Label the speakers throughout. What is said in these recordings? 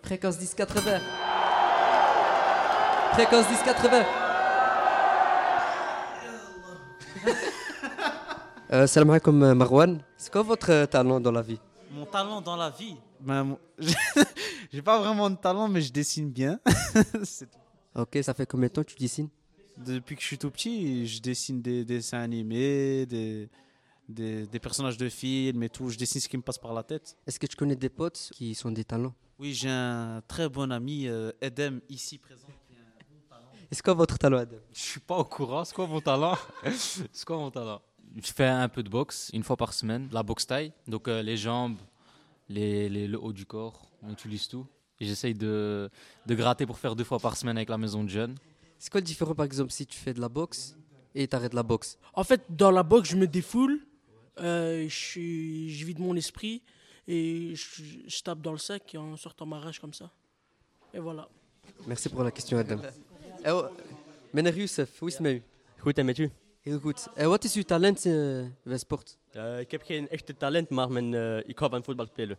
Speaker 1: Fréquence 1080. Fréquence 1080.
Speaker 2: Euh, salam alaikum euh, Marwan. C'est quoi votre euh, talent dans la vie
Speaker 3: Mon talent dans la vie.
Speaker 4: Ben, mon- j'ai pas vraiment de talent, mais je dessine bien. C'est tout.
Speaker 2: Ok, ça fait combien de temps que tu dessines
Speaker 4: Depuis que je suis tout petit, je dessine des, des dessins animés, des, des, des personnages de films et tout. Je dessine ce qui me passe par la tête.
Speaker 2: Est-ce que tu connais des potes qui sont des talents
Speaker 4: Oui, j'ai un très bon ami, euh, Edem, ici présent.
Speaker 2: Est-ce quoi votre talent Adam
Speaker 5: Je suis pas au courant. C'est quoi mon talent C'est quoi mon talent Je fais un peu de boxe une fois par semaine, la boxe taille. Donc euh, les jambes, les, les- le haut du corps, on utilise tout. Et j'essaye de, de gratter pour faire deux fois par semaine avec la maison de jeunes.
Speaker 2: C'est quoi le différent par exemple si tu fais de la boxe et t'arrêtes la boxe
Speaker 6: En fait, dans la boxe, je me défoule, euh, je, suis- je vide mon esprit et je, je tape dans le sac et en sortant ma rage comme ça. Et voilà.
Speaker 2: Merci pour la question Adam. Eh, oh, Meneer Youssef, hoe is het met u?
Speaker 7: Goed, en met u?
Speaker 2: Heel goed. Eh, wat is uw talent eh, bij sport?
Speaker 7: Eh, ik heb geen echte talent, maar mijn, eh, ik hou van voetbal spelen.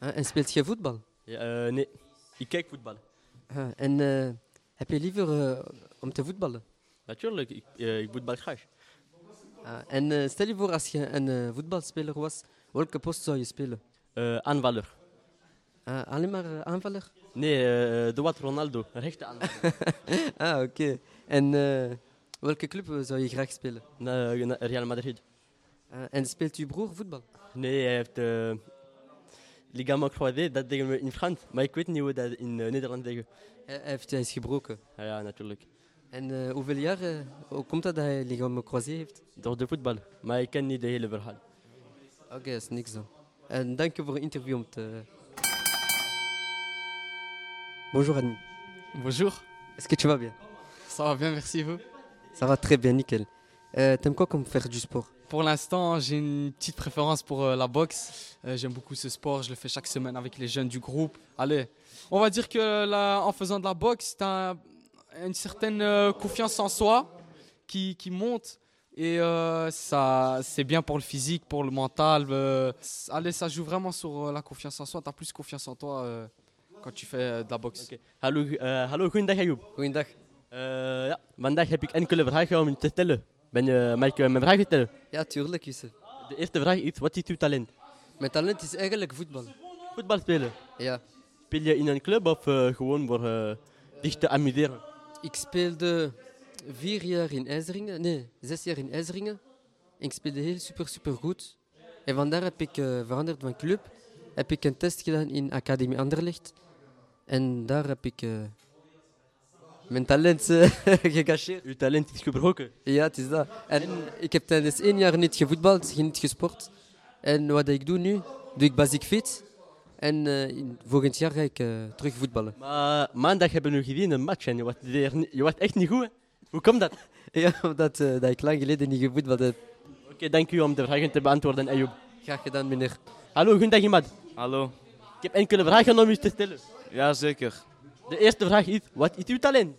Speaker 2: Huh? En speelt je voetbal?
Speaker 7: Ja, eh, nee, ik kijk voetbal.
Speaker 2: Huh, En eh, heb je liever eh, om te voetballen?
Speaker 7: Natuurlijk, ik, eh, ik voetbal graag.
Speaker 2: Ah, en eh, stel je voor als je een eh, voetbalspeler was, welke post zou je spelen?
Speaker 7: Eh, aanvaller.
Speaker 2: Ah, alleen maar eh, aanvaller?
Speaker 7: Nee, eh, de wat Ronaldo, rechte aanvaller.
Speaker 2: Ah, oké. En eh, welke club eh, zou je graag spelen?
Speaker 7: Na- na- Real Madrid.
Speaker 2: Ah, en speelt uw broer voetbal?
Speaker 7: Nee, hij heeft eh ligament croisé, dat tegen we in Frans. Maar ik weet niet hoe dat in eh, Nederland zeggen.
Speaker 2: Hij, hij heeft, hij is gebroken.
Speaker 7: Ah, ja, natuurlijk.
Speaker 2: En eh, hoeveel jaar, eh, hoe komt dat dat hij lichaam croisé heeft?
Speaker 7: Door de voetbal, maar ik ken niet de hele verhaal.
Speaker 2: Oké, dat is niks dan. En dank je voor het interview om te... Bonjour Admi,
Speaker 8: Bonjour,
Speaker 2: est-ce que tu vas bien?
Speaker 8: ça va bien, merci et vous.
Speaker 2: Ça va très bien, nickel. Euh, T'aimes quoi comme faire du sport?
Speaker 8: Pour l'instant, j'ai une petite préférence pour euh, la boxe. Euh, J'aime beaucoup ce sport, je le fais chaque semaine avec les jeunes du groupe. Allez, on va dire que là, en faisant de la boxe, tu as une certaine euh, confiance en soi qui, qui monte. Et euh, ça, c'est bien pour le physique, pour le mental. euh, c- allez, ça joue vraiment sur euh, la confiance en soi. Tu as plus confiance en toi euh, quand tu fais euh, de la boxe.
Speaker 7: Oké. Hallo, eh, hallo, goedendag Ayoub.
Speaker 2: Goeiedag.
Speaker 7: Eh, ja, vandaag heb ik enkele vragen om te stellen. Ben je, mag ik eh, mijn vragen stellen?
Speaker 2: Ja, tuurlijk Youssef.
Speaker 7: De eerste vraag is, wat is uw talent?
Speaker 2: Mijn talent is eigenlijk voetbal.
Speaker 7: Voetbal spelen.
Speaker 2: Ja.
Speaker 7: Speel je in een club of eh, gewoon voor eh, zich te amuseren?
Speaker 2: Ik speelde vier jaar in IJzeringen, nee, zes jaar in IJzeringen. En ik speelde heel super, super goed. En vandaar heb ik eh, veranderd van club. Heb ik een test gedaan in Academie Anderlecht. En daar heb ik eh, mijn talent eh, gecacheerd.
Speaker 7: Uw talent is gebroken.
Speaker 2: Ja, het is dat. En ik heb tijdens één jaar niet gevoetbald, niet gesport. En wat ik doe nu, doe ik basic fit. En eh, in- volgend jaar ga ik eh, terug voetballen.
Speaker 7: Maar maandag hebben we gezien een match en je was, zeer- je was echt niet goed. hè? Hoe komt dat? Oké,
Speaker 2: Ja, omdat eh, dat ik lang geleden niet gevoetbald heb.
Speaker 7: dank u om de vragen te beantwoorden, Ayoub.
Speaker 2: Graag gedaan, meneer.
Speaker 7: Hallo, goedendag Imad.
Speaker 9: Hallo.
Speaker 7: Ik heb enkele vragen om u te stellen.
Speaker 9: Jazeker.
Speaker 7: De eerste vraag is, wat is uw talent?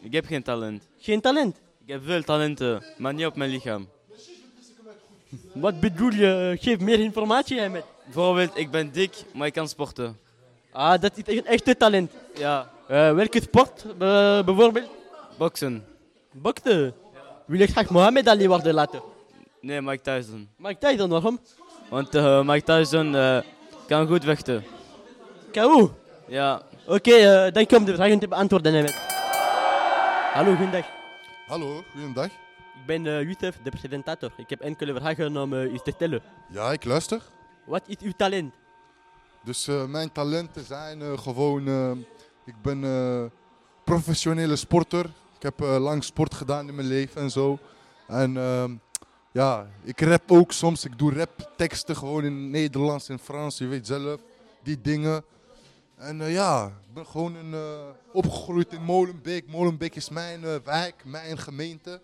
Speaker 9: Ik heb geen talent.
Speaker 7: Geen talent.
Speaker 9: Ik heb veel talenten, maar niet op mijn lichaam.
Speaker 7: Wat bedoel je? Geef meer informatie, Ahmed.
Speaker 9: Bijvoorbeeld, ik ben dik, maar ik kan sporten.
Speaker 7: Ah, dat is een echte talent.
Speaker 9: Ja,
Speaker 7: Eh, welke sport? Eh, bijvoorbeeld?
Speaker 9: boksen.
Speaker 7: Boksen. Wil ik graag Mohammed Ali worden later?
Speaker 9: Nee, Mike Tyson.
Speaker 7: Mike Tyson, waarom?
Speaker 9: Want eh, Mike Tyson eh, kan goed vechten.
Speaker 7: KO.
Speaker 9: Ja,
Speaker 7: Oké, eh dank je om de vragen te beantwoorden, Ahmed. Hallo, goedendag.
Speaker 10: Hallo, goedendag.
Speaker 7: Ik ben eh Youssef, de presentator. Ik heb enkele vragen om eh, u te stellen.
Speaker 10: Ja, ik luister.
Speaker 7: Wat is uw talent?
Speaker 10: Dus eh, mijn talenten zijn eh, gewoon... eh, ik ben eh, professionele sporter. Ik heb eh, lang sport gedaan in mijn leven en zo. En ehm, ja, ik rap ook soms. Ik doe rapteksten gewoon in Nederlands en Frans. Je weet zelf, die dingen. En eh, ja, ik ben gewoon een, eh, opgegroeid in Molenbeek. Molenbeek is mijn eh, wijk, mijn gemeente.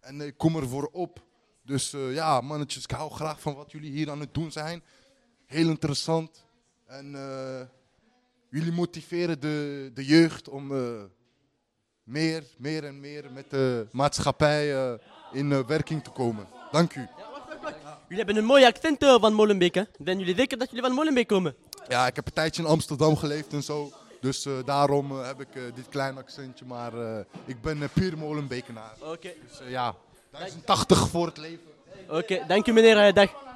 Speaker 10: En eh, ik kom ervoor op. Dus eh, ja, mannetjes, ik hou graag van wat jullie hier aan het doen zijn. Heel interessant. En eh, jullie motiveren de, de jeugd om eh, meer, meer en meer met de maatschappij eh, in eh, werking te komen. Dank u.
Speaker 7: Jullie hebben een mooi accent eh, van Molenbeek, hè? Zijn jullie zeker dat jullie van Molenbeek komen?
Speaker 10: Ja, ik heb een tijdje in Amsterdam geleefd en zo. Dus eh, daarom eh, heb ik eh, dit klein accentje. Maar eh, ik ben eh, puur Molenbekenaar.
Speaker 7: Oké.
Speaker 10: Dus eh, ja, 1080 voor het leven.
Speaker 7: Oké, dank u meneer. eh, dag.